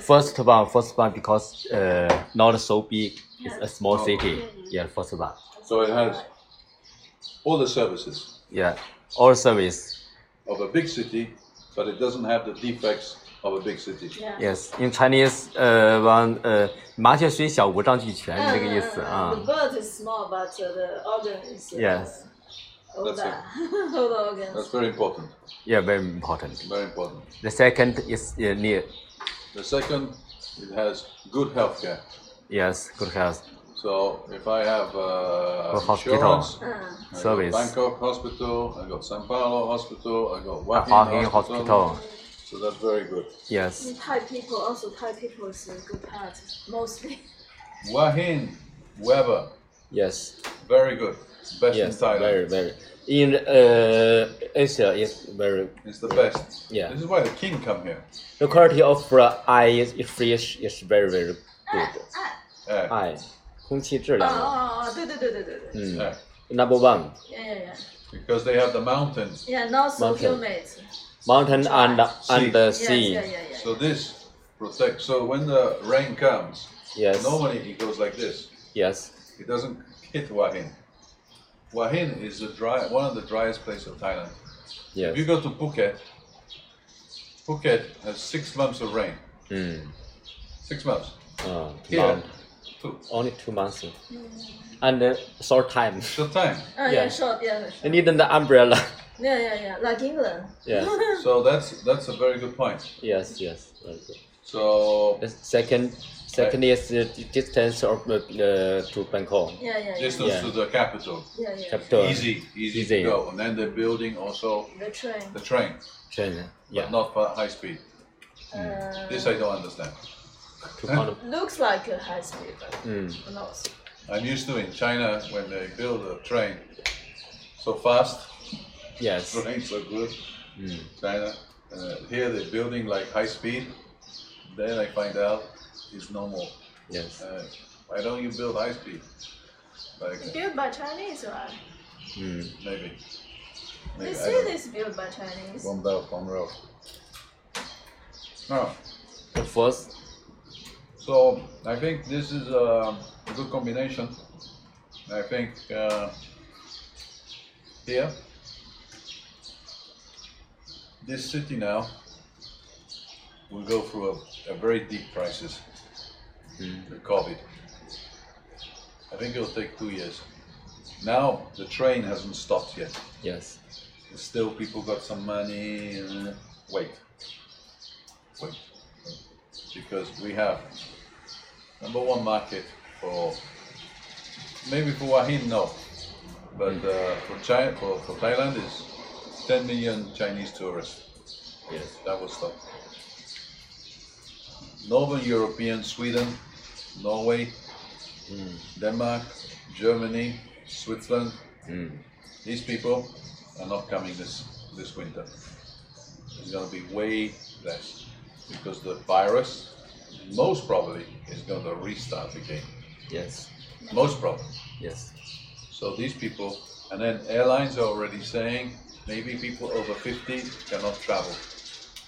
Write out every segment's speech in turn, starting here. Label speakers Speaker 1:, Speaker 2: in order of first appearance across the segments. Speaker 1: First one, first one because uh, not so big. It's a small city. Yeah, first one.
Speaker 2: So it has all the services
Speaker 1: Yeah, all service.
Speaker 2: of a big city, but it doesn't have the defects of a big city.
Speaker 1: Yes, in Chinese, 呃，往呃麻雀虽小，五脏俱全是这个意思
Speaker 3: Uh,
Speaker 1: 啊
Speaker 3: The。bird is small, but uh, the organ is. Uh,
Speaker 1: um, Yes.
Speaker 3: All
Speaker 2: That's
Speaker 3: that. all the organs.
Speaker 2: That's very important.
Speaker 1: Yeah, very important.
Speaker 2: Very important.
Speaker 1: The second is uh, near.
Speaker 2: The second, it has good health care.
Speaker 1: Yes, good health.
Speaker 2: So if I have uh,
Speaker 1: For hospital.
Speaker 2: insurance,
Speaker 3: Uh,
Speaker 2: I got
Speaker 1: Service.
Speaker 2: Bangkok Hospital, I got São Paulo Hospital, I got
Speaker 1: Uh,
Speaker 2: Wahin
Speaker 1: Huaxing
Speaker 2: Hospital.
Speaker 1: Hospital.
Speaker 2: So that's very good.
Speaker 1: Yes.
Speaker 3: Thai people also Thai people is a good part mostly.
Speaker 2: Wahin, Weber,
Speaker 1: Yes.
Speaker 2: very good. Best
Speaker 1: Yes.
Speaker 2: in Thailand.
Speaker 1: Very very. In uh, Asia is very.
Speaker 2: It's the best.
Speaker 1: Yeah.
Speaker 2: This is why the king come here.
Speaker 1: The quality of uh, air is fresh is very very
Speaker 3: Ah,
Speaker 1: good.
Speaker 2: Eh,
Speaker 1: 哎，空气质
Speaker 3: Oh,
Speaker 1: 量
Speaker 3: oh,
Speaker 1: 啊
Speaker 3: oh, 对对对对对对。
Speaker 1: 嗯
Speaker 2: eh.
Speaker 1: ，Number one,
Speaker 3: Yeah, yeah, yeah.
Speaker 2: Because they have the mountains.
Speaker 3: Yeah, not so
Speaker 1: Mountain.
Speaker 3: humid.
Speaker 1: mountain and
Speaker 2: Sea.
Speaker 1: and the
Speaker 3: Yes, yeah,
Speaker 1: sea.
Speaker 3: yeah, yeah.
Speaker 2: So this protects. So when the rain comes,
Speaker 1: Yes,
Speaker 2: normally it goes like this.
Speaker 1: yes,
Speaker 2: It doesn't hit Wahin. Wahin is the dry, one of the driest places of Thailand. If you
Speaker 1: yes.
Speaker 2: go to Phuket, Phuket has six months of rain.
Speaker 1: 嗯，
Speaker 2: Six months.
Speaker 1: 啊
Speaker 2: Here,
Speaker 1: long-
Speaker 2: two.
Speaker 1: uh, only two months, and uh, short time.
Speaker 2: It's the time.
Speaker 3: Uh,
Speaker 1: yeah.
Speaker 3: yeah, sure, yeah,
Speaker 1: You
Speaker 3: sure.
Speaker 1: need an umbrella.
Speaker 3: Yeah, yeah, yeah. Like England.
Speaker 1: Yes,
Speaker 2: So that's that's a very good point.
Speaker 1: yes, yes. very good.
Speaker 2: So
Speaker 1: The second, second is the di- distance of uh, uh, to Bangkok
Speaker 3: Yeah, yeah, yeah.
Speaker 2: distance
Speaker 1: Yeah.
Speaker 2: to the capital,
Speaker 3: Yeah, yeah.
Speaker 1: capital.
Speaker 2: easy, easy,
Speaker 1: Easy.
Speaker 2: to go. And then they're building also
Speaker 3: The train.
Speaker 2: the train,
Speaker 1: China.
Speaker 2: but
Speaker 1: Yeah.
Speaker 2: not for high speed.
Speaker 3: Uh,
Speaker 2: This I don't understand.
Speaker 1: To Kuala-
Speaker 3: looks like a high speed, but
Speaker 1: Mm.
Speaker 3: not.
Speaker 2: I'm used to in China when they build a train so fast,
Speaker 1: Yes.
Speaker 2: trains so good.
Speaker 1: Mm.
Speaker 2: China. Uh, here they're building like high speed. Then I find out it's normal.
Speaker 1: Yes.
Speaker 2: Uh, why don't you build high speed? Like uh,
Speaker 3: Built by Chinese, right?
Speaker 1: Mm.
Speaker 2: maybe.
Speaker 3: The
Speaker 2: maybe I don't
Speaker 3: street is built by Chinese.
Speaker 2: know. One belt, one road. No.
Speaker 1: The first.
Speaker 2: So I think this is a good combination. I think uh, here, this city now will go through a, a very deep crisis. The COVID. I think it'll take two years. Now the train hasn't stopped yet.
Speaker 1: Yes.
Speaker 2: Still, people got some money. uh, Wait, wait, wait. because we have number one market for maybe for Wahin no, but uh, for China for, for Thailand is 10 million Chinese tourists.
Speaker 1: Yes.
Speaker 2: That will stop. Northern European, Sweden, Norway, Denmark, Germany, Switzerland,
Speaker 1: Mm.
Speaker 2: these people are not coming this this winter. It's going to be way less because the virus, most probably, is going to restart again.
Speaker 1: Yes.
Speaker 2: Most probably.
Speaker 1: Yes.
Speaker 2: So these people, and then airlines are already saying maybe people over 50 cannot travel.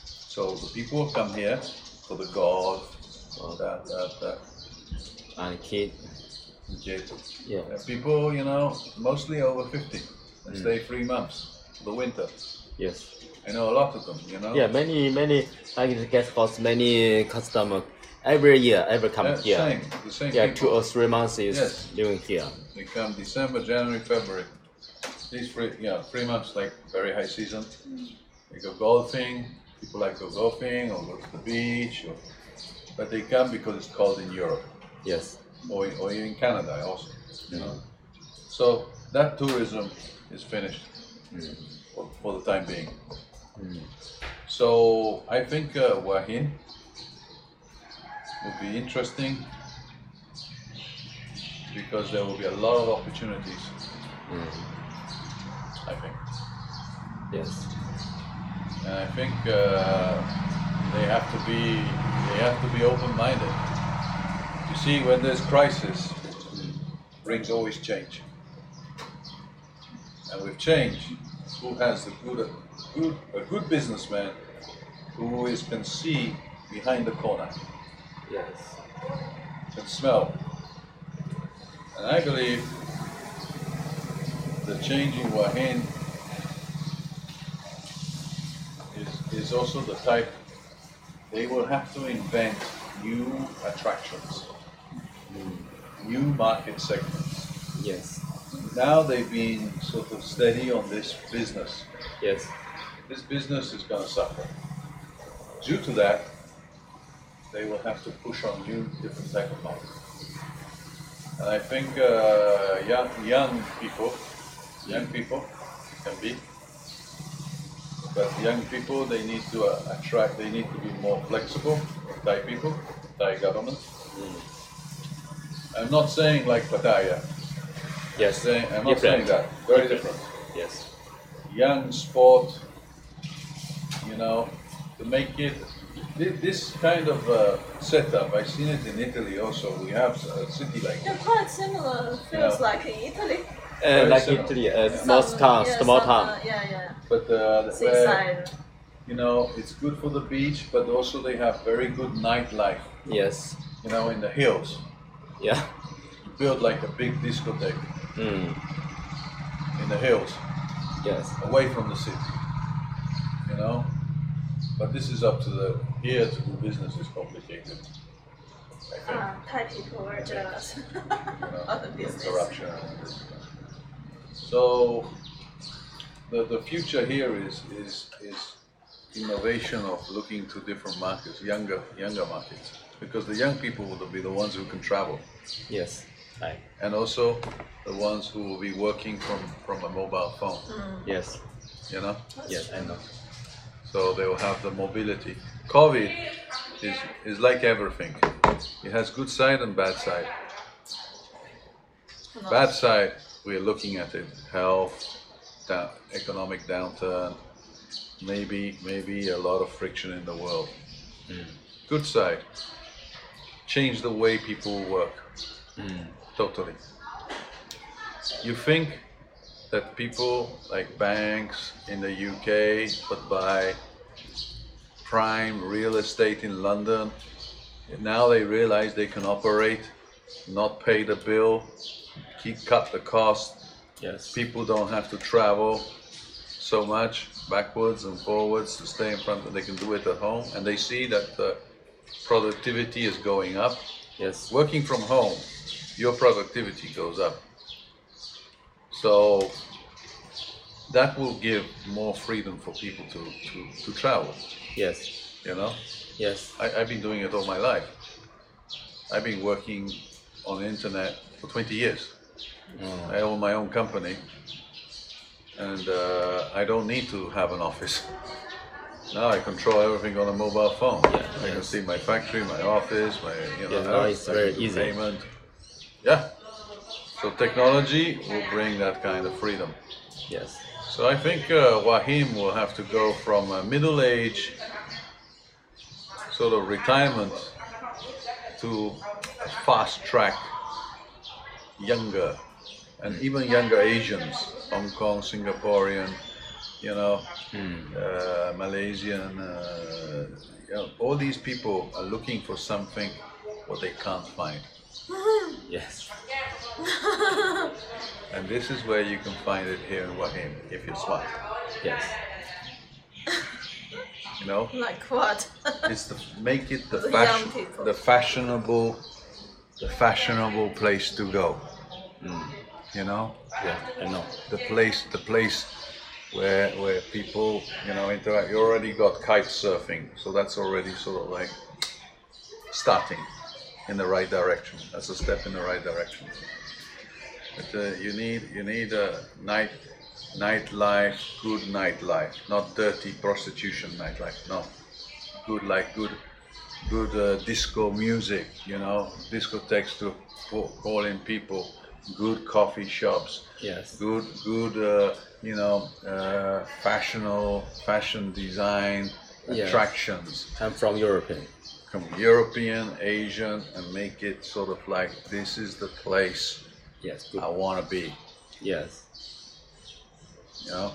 Speaker 2: So the people who come here for the golf, all that, that, that,
Speaker 1: And kid.
Speaker 2: and Jacob.
Speaker 1: Yeah. Hmm.
Speaker 2: Uh, People, you know, mostly over 50 and stay three months for the winter.
Speaker 1: Yes.
Speaker 2: I know a lot of them, you know.
Speaker 1: Yeah, many, many, like the guest house, many customer every year, every come
Speaker 2: Yeah,
Speaker 1: here.
Speaker 2: same, the same
Speaker 1: Yeah, two
Speaker 2: people.
Speaker 1: or three months is
Speaker 2: Yes.
Speaker 1: living here.
Speaker 2: They come December, January, February. These three, yeah, three months like very high season. They go golfing. People like go golfing or go to the beach, or, but they come because it's cold in Europe
Speaker 1: Yes.
Speaker 2: or in, or in Canada also. You know, so that tourism is finished for, for the time being. So I think uh, Wahin will be interesting because there will be a lot of opportunities. I think,
Speaker 1: Yes.
Speaker 2: and I think uh, they have to be they have to be open-minded. You see, when there's crisis, brings always change. And with change, who has the good, good a good businessman who is can see behind the corner?
Speaker 1: Yes.
Speaker 2: and smell. And I believe the change in Wahin is, is also the type they will have to invent new attractions, new market segments.
Speaker 1: Yes.
Speaker 2: Now they've been sort of steady on this business.
Speaker 1: Yes.
Speaker 2: This business is going to suffer. Due to that, they will have to push on new, different type of market. And I think uh, young, young people, young people can be, but young people they need to uh, attract. They need to be more flexible. Thai people, Thai government. I'm not saying like Pattaya. I'm
Speaker 1: Yes.
Speaker 2: saying- I'm not saying
Speaker 1: Different.
Speaker 2: that. Very different
Speaker 1: Yes.
Speaker 2: young sport, you know, to make it. thi- This kind of uh, setup, I've seen it in Italy also. We have a city like
Speaker 3: Yeah,
Speaker 2: this.
Speaker 3: quite similar. Feels
Speaker 2: Yeah.
Speaker 3: like in Italy.
Speaker 1: Uh,
Speaker 2: Very
Speaker 1: like
Speaker 2: similar.
Speaker 1: Italy, uh,
Speaker 3: Some-
Speaker 1: small town,
Speaker 3: yeah,
Speaker 1: small
Speaker 3: some,
Speaker 1: town.
Speaker 3: uh, Yeah, yeah.
Speaker 2: But uh, where,
Speaker 3: Seaside.
Speaker 2: you know, it's good for the beach, but also they have very good nightlife,
Speaker 1: Yes.
Speaker 2: you know, in the hills.
Speaker 1: Yeah.
Speaker 2: You build like a big discotheque
Speaker 1: Mm.
Speaker 2: in the hills,
Speaker 1: Yes.
Speaker 2: away from the city, you know. But this is up to the, here to do business is complicated. I think.
Speaker 3: Ah, Thai people were jealous
Speaker 2: you know,
Speaker 3: of the
Speaker 2: and
Speaker 3: business.
Speaker 2: corruption. So the, the future here is, is, is innovation of looking to different markets, younger, younger markets. Because the young people will be the ones who can travel
Speaker 1: Yes. Right.
Speaker 2: and also the ones who will be working from, from a mobile phone,
Speaker 1: Yes.
Speaker 2: you know?
Speaker 1: Yes. I know.
Speaker 2: So they will have the mobility. COVID is, is like everything. It has good side and bad side. Bad side, we're looking at it, health, down, economic downturn, maybe, maybe a lot of friction in the world. Good side, change the way people work, totally. You think that people like banks in the UK, but by prime real estate in London, now they realize they can operate, not pay the bill, keep cut the cost.
Speaker 1: Yes.
Speaker 2: People don't have to travel so much backwards and forwards to stay in front. They can do it at home, and they see that the productivity is going up.
Speaker 1: Yes.
Speaker 2: Working from home, your productivity goes up. So that will give more freedom for people to, to, to travel.
Speaker 1: Yes.
Speaker 2: You know,
Speaker 1: Yes.
Speaker 2: I, I've been doing it all my life. I've been working on the internet for 20 years.
Speaker 1: Mm.
Speaker 2: I own my own company, and uh, I don't need to have an office. Now I control everything on a mobile phone.
Speaker 1: Yeah,
Speaker 2: I can
Speaker 1: yes.
Speaker 2: see my factory, my office, my you know,
Speaker 1: Yeah, now
Speaker 2: house,
Speaker 1: it's
Speaker 2: I can
Speaker 1: very
Speaker 2: do
Speaker 1: easy.
Speaker 2: payment. Yeah. So technology will bring that kind of freedom.
Speaker 1: Yes.
Speaker 2: So I think uh, Wahim will have to go from a middle age sort of retirement to a fast track younger and even younger Asians, Hong Kong, Singaporean, you know, uh, Malaysian, uh, you know, all these people are looking for something what they can't find.
Speaker 1: Yes.
Speaker 2: And this is where you can find it here in Wahim if you're smart,
Speaker 1: Yes.
Speaker 2: you know?
Speaker 3: Like what?
Speaker 2: It's the make it the
Speaker 3: The young
Speaker 2: fashion,
Speaker 3: people.
Speaker 2: the fashionable, the fashionable place to go. Mm. You know,
Speaker 1: Yeah. I know.
Speaker 2: the place, the place where where people you know interact. You already got kite surfing, so that's already sort of like starting in the right direction. That's a step in the right direction. But uh, you need you need a night nightlife, good nightlife, not dirty prostitution nightlife. No, good like good good uh, disco music. You know, discotheques to call, call in people. Good coffee shops
Speaker 1: Yes.
Speaker 2: good good uh, you know uh, fashionable fashion design
Speaker 1: Yes.
Speaker 2: attractions
Speaker 1: I'm from Europe.
Speaker 2: from European, Asian, and make it sort of like this is the place
Speaker 1: Yes. Good.
Speaker 2: I want to be.
Speaker 1: Yes.
Speaker 2: You know,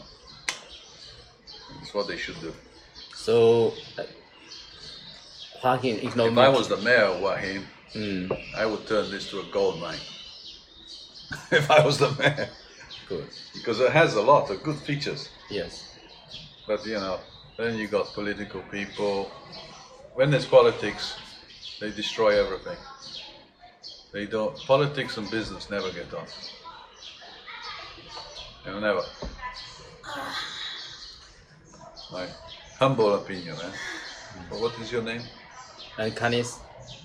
Speaker 2: it's what they should do.
Speaker 1: So, uh, parking is not
Speaker 2: If I
Speaker 1: much.
Speaker 2: was the mayor of Wahine,
Speaker 1: Mm,
Speaker 2: I would turn this to a gold mine. if I was the mayor,
Speaker 1: good.
Speaker 2: because it has a lot of good features.
Speaker 1: Yes.
Speaker 2: But you know, then you got political people. When there's politics, they destroy everything. They don't. Politics and business never get on. You know, never. My humble opinion, eh? But what is your name?
Speaker 1: And Canis?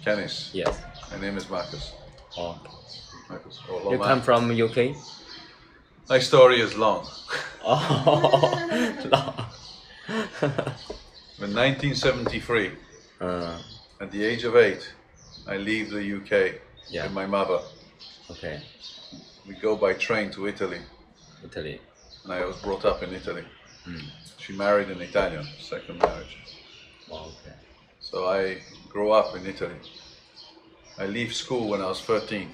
Speaker 2: Canis.
Speaker 1: Yes.
Speaker 2: My name is Marcus.
Speaker 1: Oh.
Speaker 2: Marcus. Or
Speaker 1: You
Speaker 2: Lomar.
Speaker 1: come from UK?
Speaker 2: My story is long.
Speaker 1: Oh.
Speaker 2: In 1973,
Speaker 1: uh,
Speaker 2: at the age of eight, I leave the UK
Speaker 1: Yeah.
Speaker 2: with my mother.
Speaker 1: okay.
Speaker 2: We go by train to Italy,
Speaker 1: Italy.
Speaker 2: and I was brought up in Italy. She married an Italian, second marriage.
Speaker 1: Oh, okay.
Speaker 2: So I grew up in Italy. I leave school when I was 13,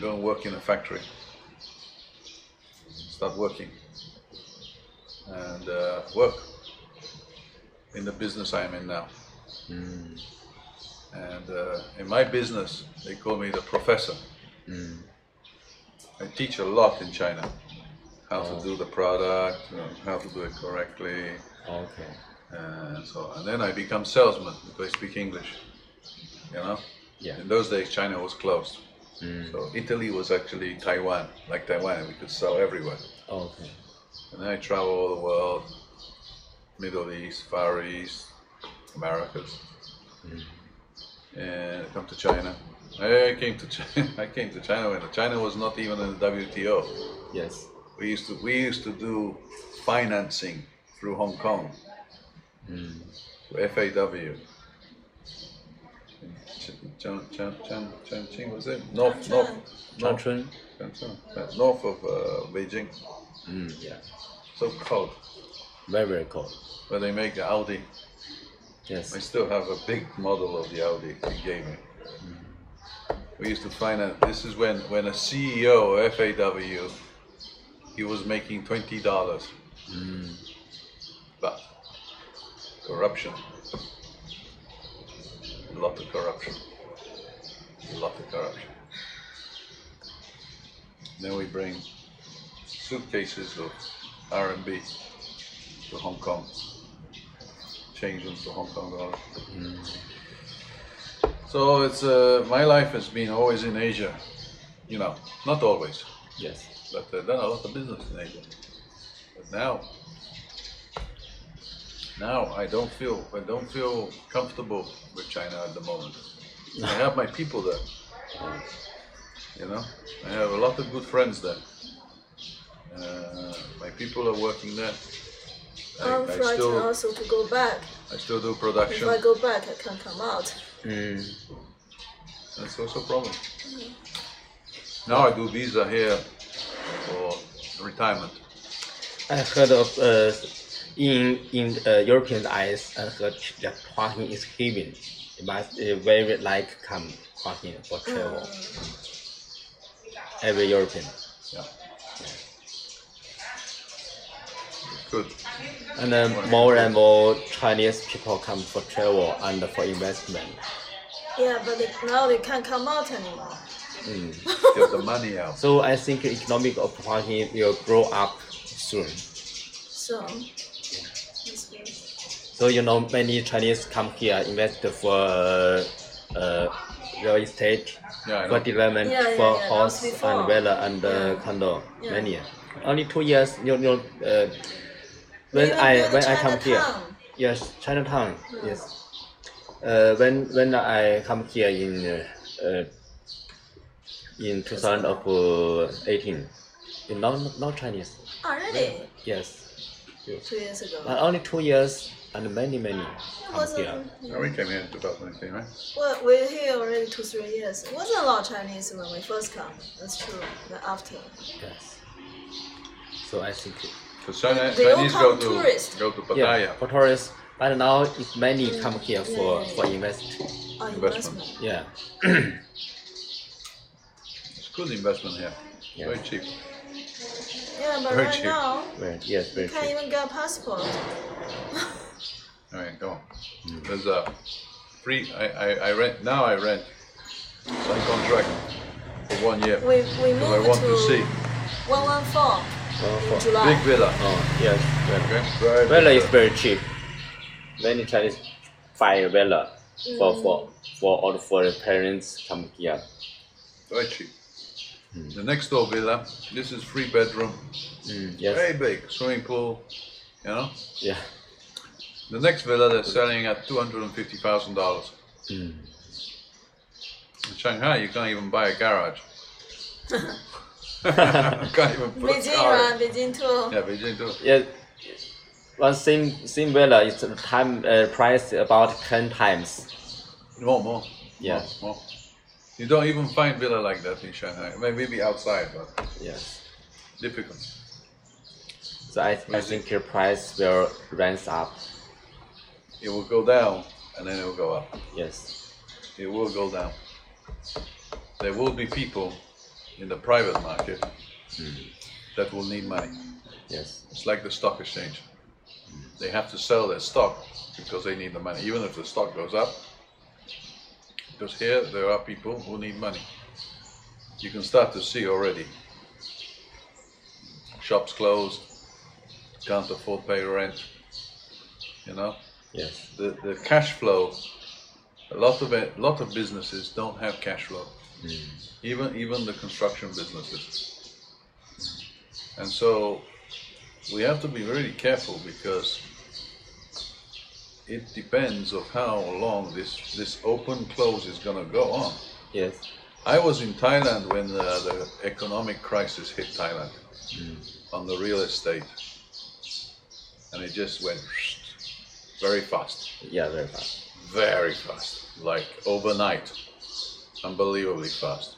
Speaker 2: go and work in a factory, start working, and uh, work in the business I am in now. And uh, in my business, they call me the professor. I teach a lot in China how to do the product, you know, how to do it correctly,
Speaker 1: Okay.
Speaker 2: and so on. and then I become salesman because I speak English. You know,
Speaker 1: Yeah.
Speaker 2: in those days China was closed, so Italy was actually Taiwan, like Taiwan, and we could sell everywhere.
Speaker 1: Okay.
Speaker 2: And then I travel all the world, Middle East, Far East, Americas, and I come to China. I came to China. I came to China when China was not even in the WTO.
Speaker 1: Yes.
Speaker 2: We used to we used to do financing through Hong Kong. FAW. Chongqing, was it? North, north, north,
Speaker 1: Changchun?
Speaker 2: Chongqing, north of uh, Beijing.
Speaker 1: Mm, yeah.
Speaker 2: So cold.
Speaker 1: Very, very cold.
Speaker 2: Where they make the Audi. I
Speaker 1: Yes.
Speaker 2: still have a big model of the Audi he gave me. We used to finance. This is when when a CEO of FAW, he was making twenty dollars. But corruption, a lot of corruption, a lot of corruption. Then we bring suitcases of RMB to Hong Kong, change them to Hong Kong dollars. So it's uh, my life has been always in Asia, you know, not always,
Speaker 1: Yes.
Speaker 2: but I've done a lot of business in Asia. But now, now I don't feel I don't feel comfortable with China at the moment. I have my people there, you know. I have a lot of good friends there. Uh, my people are working there. I,
Speaker 3: I'm
Speaker 2: I
Speaker 3: frightened
Speaker 2: still
Speaker 3: also Um, to go back.
Speaker 2: I still do
Speaker 3: If
Speaker 2: production.
Speaker 3: I go back, I can't come out.
Speaker 1: Mm,
Speaker 2: That's also a problem. Now I do visa here for retirement.
Speaker 1: I heard of uh, in in uh, European eyes, I heard that parking is heaven. It must uh, very like come parking for travel. Every European.
Speaker 2: Yeah. Good.
Speaker 1: And then more and more Chinese people come for travel and for investment.
Speaker 3: Yeah, but they, now they can't come out anymore.
Speaker 2: Get the money out.
Speaker 1: So I think economic of parking will grow up soon.
Speaker 3: So. that's good.
Speaker 1: So you know many Chinese come here invest for uh, uh, real estate,
Speaker 2: Yeah, I
Speaker 1: for
Speaker 2: know.
Speaker 1: development,
Speaker 3: Yeah, yeah,
Speaker 1: for
Speaker 3: yeah,
Speaker 1: house
Speaker 3: that was before.
Speaker 1: and villa and uh,
Speaker 3: Yeah.
Speaker 1: condo.
Speaker 3: Yeah.
Speaker 1: Many. Only two years. You know uh, when
Speaker 3: Even
Speaker 1: I
Speaker 3: build
Speaker 1: when I come here.
Speaker 3: Chinatown.
Speaker 1: Yes, Chinatown. Yes. Uh, when when I come here in uh, uh, in 2018, in not not Chinese.
Speaker 3: Oh, really?
Speaker 1: Yes,
Speaker 3: Two years ago.
Speaker 2: Ah,
Speaker 1: but only two years and many many
Speaker 3: It
Speaker 1: come
Speaker 3: wasn't.
Speaker 1: here.
Speaker 2: No, we came here in 2018, right?
Speaker 3: Well, we're here already two, three years. It wasn't a lot of Chinese when we first come. That's true. But after. oh,
Speaker 1: Yes. So I think
Speaker 2: Because China,
Speaker 3: They all
Speaker 2: Chinese go
Speaker 3: come
Speaker 2: to
Speaker 3: tourist.
Speaker 2: go to
Speaker 1: yeah,
Speaker 2: Pattaya.
Speaker 1: for tourists. But now it's many come here for
Speaker 3: Yeah, yeah,
Speaker 1: for invest.
Speaker 3: Our
Speaker 2: Investment.
Speaker 3: investment.
Speaker 1: Yeah.
Speaker 2: It's good investment here.
Speaker 1: Yeah.
Speaker 2: Very cheap.
Speaker 3: Yeah, but
Speaker 2: Very
Speaker 3: right
Speaker 2: cheap.
Speaker 3: now,
Speaker 1: Very, yes, very
Speaker 3: you can't
Speaker 1: true.
Speaker 3: even get a passport.
Speaker 2: All right, go on. There's a free. I, I, I rent now. I rent. Sign contract for one year.
Speaker 3: We, we
Speaker 2: Because I
Speaker 3: moved
Speaker 2: want to see
Speaker 3: to 114 in July.
Speaker 2: big villa.
Speaker 1: Oh, yes. Vela.
Speaker 2: Okay. Very
Speaker 1: Vela
Speaker 2: big
Speaker 1: is very cheap. Many Chinese buy Vela for, for, for all for parents come here.
Speaker 2: Very cheap. The next door villa. This is three bedroom.
Speaker 1: Mm, Hmm. yes.
Speaker 2: Very big swimming pool. You know.
Speaker 1: Yeah.
Speaker 2: The next villa they're selling at two hundred and fifty thousand dollars.
Speaker 1: Hmm.
Speaker 2: In Shanghai, you can't even buy a garage. can't even put a
Speaker 3: Beijing,
Speaker 2: car.
Speaker 3: right? Beijing too.
Speaker 2: Yeah, Beijing too.
Speaker 1: Yeah. One same same Vela is the time uh, price about ten times.
Speaker 2: More, more.
Speaker 1: Yeah.
Speaker 2: More, more. You don't even find villa like that in Shanghai. May- Maybe outside, but
Speaker 1: Yes.
Speaker 2: difficult.
Speaker 1: So I, I think your price will rise up.
Speaker 2: It will go down and then it will go up.
Speaker 1: Yes.
Speaker 2: It will go down. There will be people in the private market that will need money.
Speaker 1: Yes.
Speaker 2: It's like the stock exchange. They have to sell their stock because they need the money, even if the stock goes up. Because here there are people who need money. You can start to see already. Shops closed, can't afford pay rent. You know,
Speaker 1: Yes.
Speaker 2: the, the cash flow. A lot of it, lot of businesses don't have cash flow. Even even the construction businesses. And so we have to be really careful because it depends of how long this this open close is going to go on.
Speaker 1: Yes.
Speaker 2: I was in Thailand when uh, the economic crisis hit Thailand on the real estate, and it just went very fast,
Speaker 1: Yeah. Very fast.
Speaker 2: very fast, like overnight, unbelievably fast.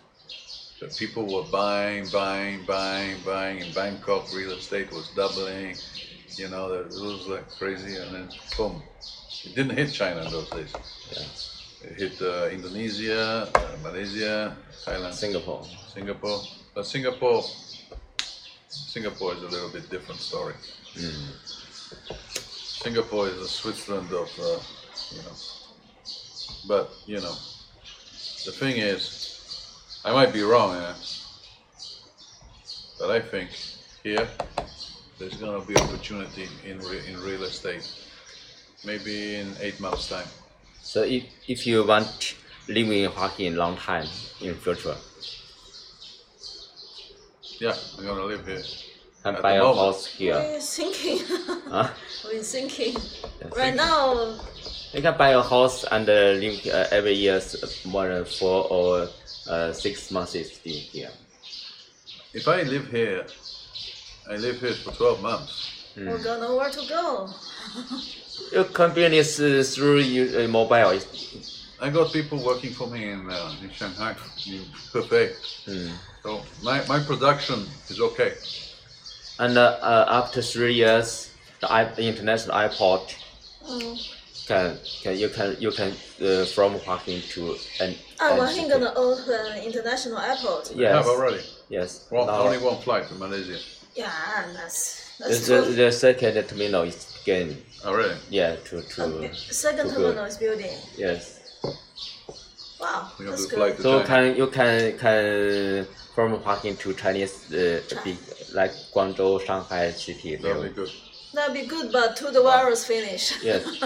Speaker 2: So people were buying, buying, buying, buying. In Bangkok, real estate was doubling. You know, it was like crazy, and then boom. It didn't hit China in those days.
Speaker 1: Yeah.
Speaker 2: It hit uh, Indonesia, uh, Malaysia, Thailand.
Speaker 1: Singapore.
Speaker 2: Singapore, but Singapore, Singapore is a little bit different story. Singapore is a Switzerland of, uh, you know. But you know, the thing is, I might be wrong, eh? but I think here there's going to be opportunity in re- in real estate. Maybe in eight months' time.
Speaker 1: So if, if you want to live in hockey in long time in future,
Speaker 2: Yeah, I'm going to live here.
Speaker 1: and
Speaker 2: At
Speaker 1: buy
Speaker 2: the
Speaker 1: a
Speaker 2: moment.
Speaker 1: house here.
Speaker 3: We're thinking.
Speaker 1: Huh?
Speaker 3: We're thinking. Right
Speaker 1: thinking.
Speaker 3: now,
Speaker 1: You can buy a house and uh, live uh, every year s- more than four or uh, six months is still here.
Speaker 2: If I live here, I live here for 12 months.
Speaker 3: we got nowhere to go.
Speaker 1: Your convenience uh, through your uh, mobile. is-
Speaker 2: I got people working for me in, uh, in Shanghai, in Hefei.
Speaker 1: Hmm.
Speaker 2: So my, my production is okay.
Speaker 1: And uh, uh, after three years, the I- the international airport
Speaker 2: Hmm.
Speaker 3: Oh,
Speaker 1: can, can you can you can uh, from Huaxin to an.
Speaker 3: Oh,
Speaker 1: an
Speaker 3: well, he's
Speaker 1: city.
Speaker 3: gonna open uh, international airport.
Speaker 2: I
Speaker 1: Yes.
Speaker 2: have already.
Speaker 1: Yes.
Speaker 2: Well,
Speaker 1: now-
Speaker 2: only one flight to Malaysia.
Speaker 3: Yeah, and that's
Speaker 1: The,
Speaker 3: that's
Speaker 1: the,
Speaker 3: good.
Speaker 1: the second terminal is getting
Speaker 2: Already.
Speaker 1: yeah to to
Speaker 2: Oh,
Speaker 3: Second
Speaker 1: to
Speaker 3: terminal
Speaker 1: good.
Speaker 3: is building.
Speaker 1: yes.
Speaker 3: Wow,
Speaker 2: We have
Speaker 3: that's
Speaker 2: to fly
Speaker 3: good.
Speaker 2: to
Speaker 1: So
Speaker 2: China.
Speaker 1: can you can can from Huaxin to Chinese uh, big like Guangzhou, Shanghai city.
Speaker 2: That'll be
Speaker 1: no?
Speaker 2: good.
Speaker 3: That'd be good, but till the virus finish.
Speaker 1: Yes.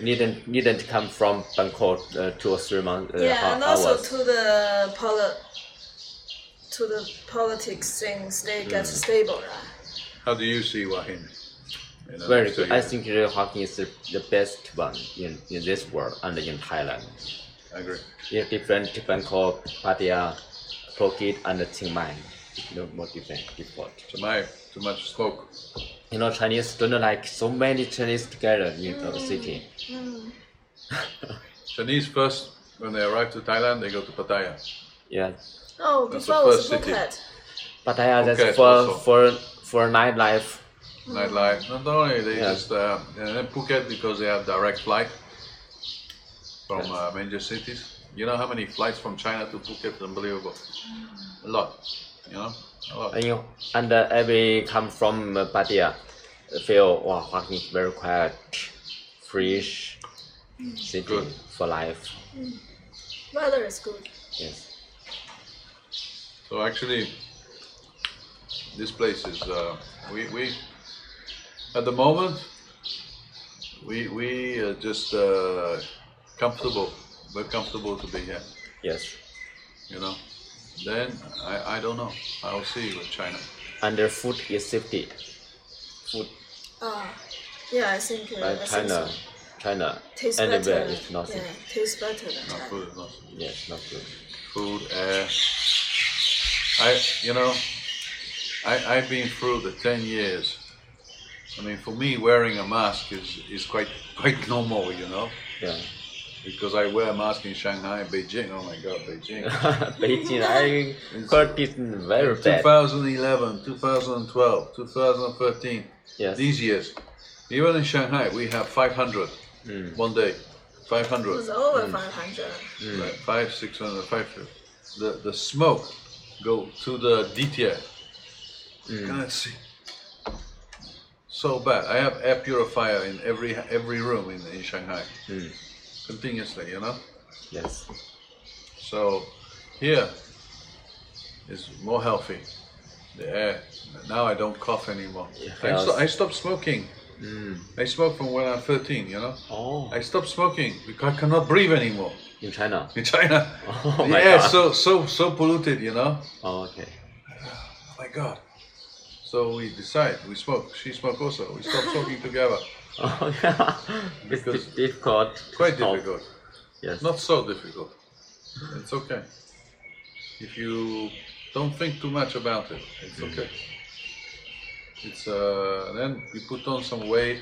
Speaker 1: Needn't needn't come from Bangkok uh, two or three months. Uh,
Speaker 3: yeah,
Speaker 1: ho-
Speaker 3: and also
Speaker 1: hours.
Speaker 3: to the poli- to the politics things, they get
Speaker 2: Mm.
Speaker 3: stable, right?
Speaker 2: How do you see Wahin? You know,
Speaker 1: Very
Speaker 2: so
Speaker 1: good.
Speaker 2: you-
Speaker 1: I think the Hawking is the, the best one in, in this world and in Thailand.
Speaker 2: I agree.
Speaker 1: In different Bangkok, Pattaya, Phuket, and Chiang Mai. No more different different.
Speaker 2: Too much, too much smoke.
Speaker 1: You know, Chinese don't like so many Chinese together in
Speaker 3: Mm.
Speaker 1: the city.
Speaker 2: Chinese first, when they arrive to Thailand, they go to Pattaya.
Speaker 1: Yeah,
Speaker 3: Oh,
Speaker 2: That's
Speaker 3: before
Speaker 2: the
Speaker 3: was
Speaker 2: first city.
Speaker 3: Phuket.
Speaker 1: Pattaya
Speaker 2: Phuket
Speaker 1: that's for
Speaker 2: also.
Speaker 1: for for nightlife.
Speaker 2: Nightlife. Not only they
Speaker 1: Yeah.
Speaker 2: just uh, and then Phuket because they have direct flight from
Speaker 1: Yes.
Speaker 2: uh, major cities. You know how many flights from China to Phuket? Unbelievable. A lot. You know, a lot.
Speaker 1: And you and uh, every come from uh, Pattaya, feel wow, Hawking is very quiet, fresh, city
Speaker 4: Good.
Speaker 1: for life.
Speaker 3: Weather is good.
Speaker 1: Yes.
Speaker 2: So actually, this place is, uh, we, we, at the moment, we, we are just, uh, comfortable, we're comfortable to be here,
Speaker 1: Yes.
Speaker 2: you know? Then, I, I don't know, I'll see with China.
Speaker 1: And their food is safety. Food
Speaker 3: Ah, yeah, I think uh,
Speaker 1: uh,
Speaker 3: I think
Speaker 1: China,
Speaker 3: so.
Speaker 1: China,
Speaker 3: tastes
Speaker 1: anywhere
Speaker 3: better.
Speaker 1: is nothing.
Speaker 3: Yeah, tastes better than
Speaker 2: No,
Speaker 3: China.
Speaker 2: food is not,
Speaker 1: Yes, not good.
Speaker 2: food, air. I, you know, I, I've been through the ten years. I mean, for me, wearing a mask is, is quite, quite normal, you know?
Speaker 1: Yeah.
Speaker 2: Because I wear a mask in Shanghai, Beijing. Oh my God, Beijing.
Speaker 1: Beijing, I heard it very bad.
Speaker 2: 2011, 2012, 2013.
Speaker 1: Yes.
Speaker 2: These years. Even in Shanghai, we have 500
Speaker 1: Hmm.
Speaker 2: one day.
Speaker 3: It was
Speaker 2: 500.
Speaker 3: over 500.
Speaker 1: Hmm.
Speaker 2: Right, 5, 600, 500. The, the smoke go to the DTI.
Speaker 1: Hmm.
Speaker 2: God, see. So bad. I have air purifier in every every room in, in Shanghai.
Speaker 1: Hmm.
Speaker 2: Continuously, you know?
Speaker 1: Yes.
Speaker 2: So here is more healthy. The air. Now I don't cough anymore.
Speaker 1: Yeah,
Speaker 2: I,
Speaker 1: yes.
Speaker 2: sto- I stopped smoking. I smoked from when I'm 13, you know?
Speaker 1: Oh.
Speaker 2: I stopped smoking because I cannot breathe anymore
Speaker 1: In China.
Speaker 2: in China.
Speaker 1: Oh my
Speaker 2: yeah,
Speaker 1: God.
Speaker 2: so so so polluted, you know?
Speaker 1: Oh, okay.
Speaker 2: Oh my God. So we decide, we smoke. She smoked also. We stopped smoking together.
Speaker 1: Oh yeah. It's
Speaker 2: Because-
Speaker 1: di- difficult. to
Speaker 2: Quite
Speaker 1: stop.
Speaker 2: difficult.
Speaker 1: Yes.
Speaker 2: Not so difficult. It's okay. If you don't think too much about it, it's
Speaker 1: Mm.
Speaker 2: okay. It's uh, then we put on some weight,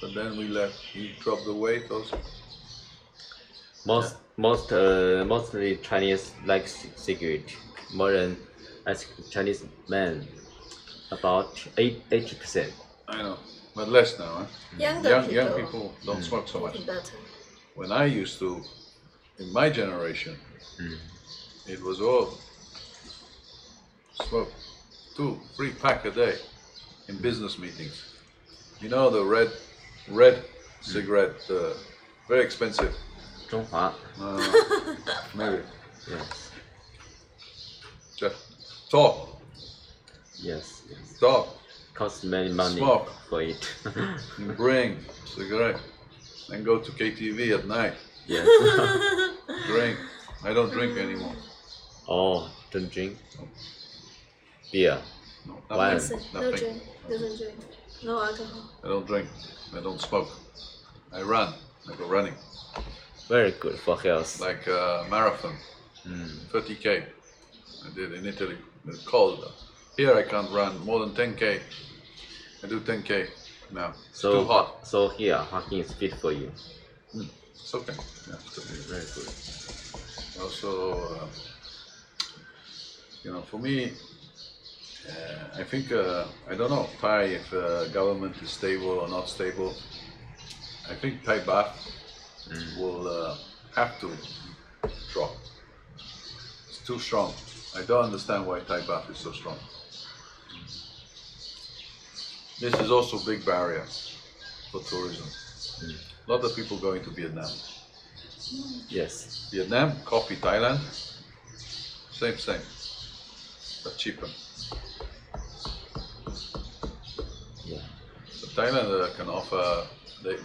Speaker 2: but then we let we drop the weight also.
Speaker 1: Most most uh, mostly Chinese like c- cigarette. More than I think Chinese men about eight eighty percent.
Speaker 2: I know, but less now. Huh?
Speaker 3: Younger
Speaker 2: Young
Speaker 3: people,
Speaker 2: young people don't smoke so much.
Speaker 3: smoking better.
Speaker 2: When I used to, in my generation, it was all smoke, two, three pack a day in business meetings. You know the red, red cigarette, uh, very expensive.
Speaker 1: Zhonghua.
Speaker 2: Uh, maybe
Speaker 1: Yes.
Speaker 2: just talk,
Speaker 1: Yes. Yes.
Speaker 2: talk,
Speaker 1: Cost many money
Speaker 2: Smoke.
Speaker 1: for it.
Speaker 2: and bring cigarette, and go to KTV at night.
Speaker 1: yes.
Speaker 2: Drink. I don't drink
Speaker 3: Mm-hmm.
Speaker 2: anymore.
Speaker 1: oh, don't drink. Beer.
Speaker 2: No,
Speaker 1: Why?
Speaker 2: nothing,
Speaker 3: No
Speaker 2: nothing.
Speaker 3: drink, doesn't drink. No alcohol.
Speaker 2: I don't drink. I don't smoke. I run. I go running.
Speaker 1: Very good for health.
Speaker 2: like a marathon, 30k. I did in Italy. It's cold. Here I can't run more than 10k. I do 10k now. It's
Speaker 1: so
Speaker 2: too hot.
Speaker 1: So here, hiking is fit for you.
Speaker 2: It's okay. Yeah, it's okay.
Speaker 1: Very good.
Speaker 2: Also, uh, you know, for me, uh, I think uh, I don't know Thai if uh, government is stable or not stable. I think Thai baht will uh, have to drop. It's too strong. I don't understand why Thai baht is so strong. This is also a big barrier for tourism. A lot of people going to Vietnam.
Speaker 1: Yes.
Speaker 2: Vietnam, copy Thailand. Same, same, but cheaper.
Speaker 1: Yeah.
Speaker 2: But Thailand uh, can offer. They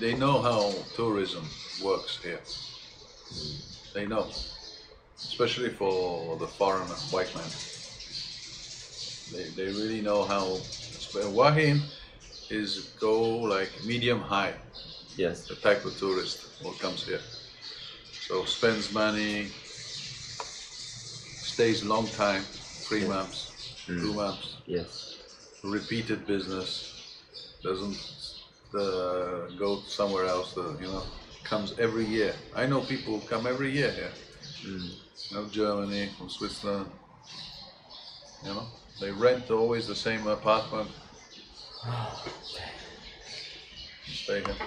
Speaker 2: they know how tourism works here. They know, especially for the foreign white man. They they really know how. Wahim is go like medium high.
Speaker 1: Yes.
Speaker 2: the type of tourist who comes here. So spends money, stays long time, three months, two months,
Speaker 1: Yes.
Speaker 2: repeated business, doesn't uh, go somewhere else. Uh, you know, comes every year. I know people who come every year here. You know, Germany, from Switzerland. You know, they rent always the same apartment. Stay here.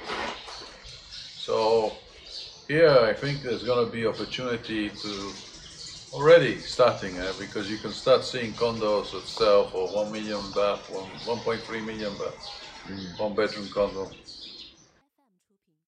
Speaker 2: So here, I think there's going to be opportunity to already starting uh, because you can start seeing condos itself or one million baht, one one point three million baht, one bedroom condo.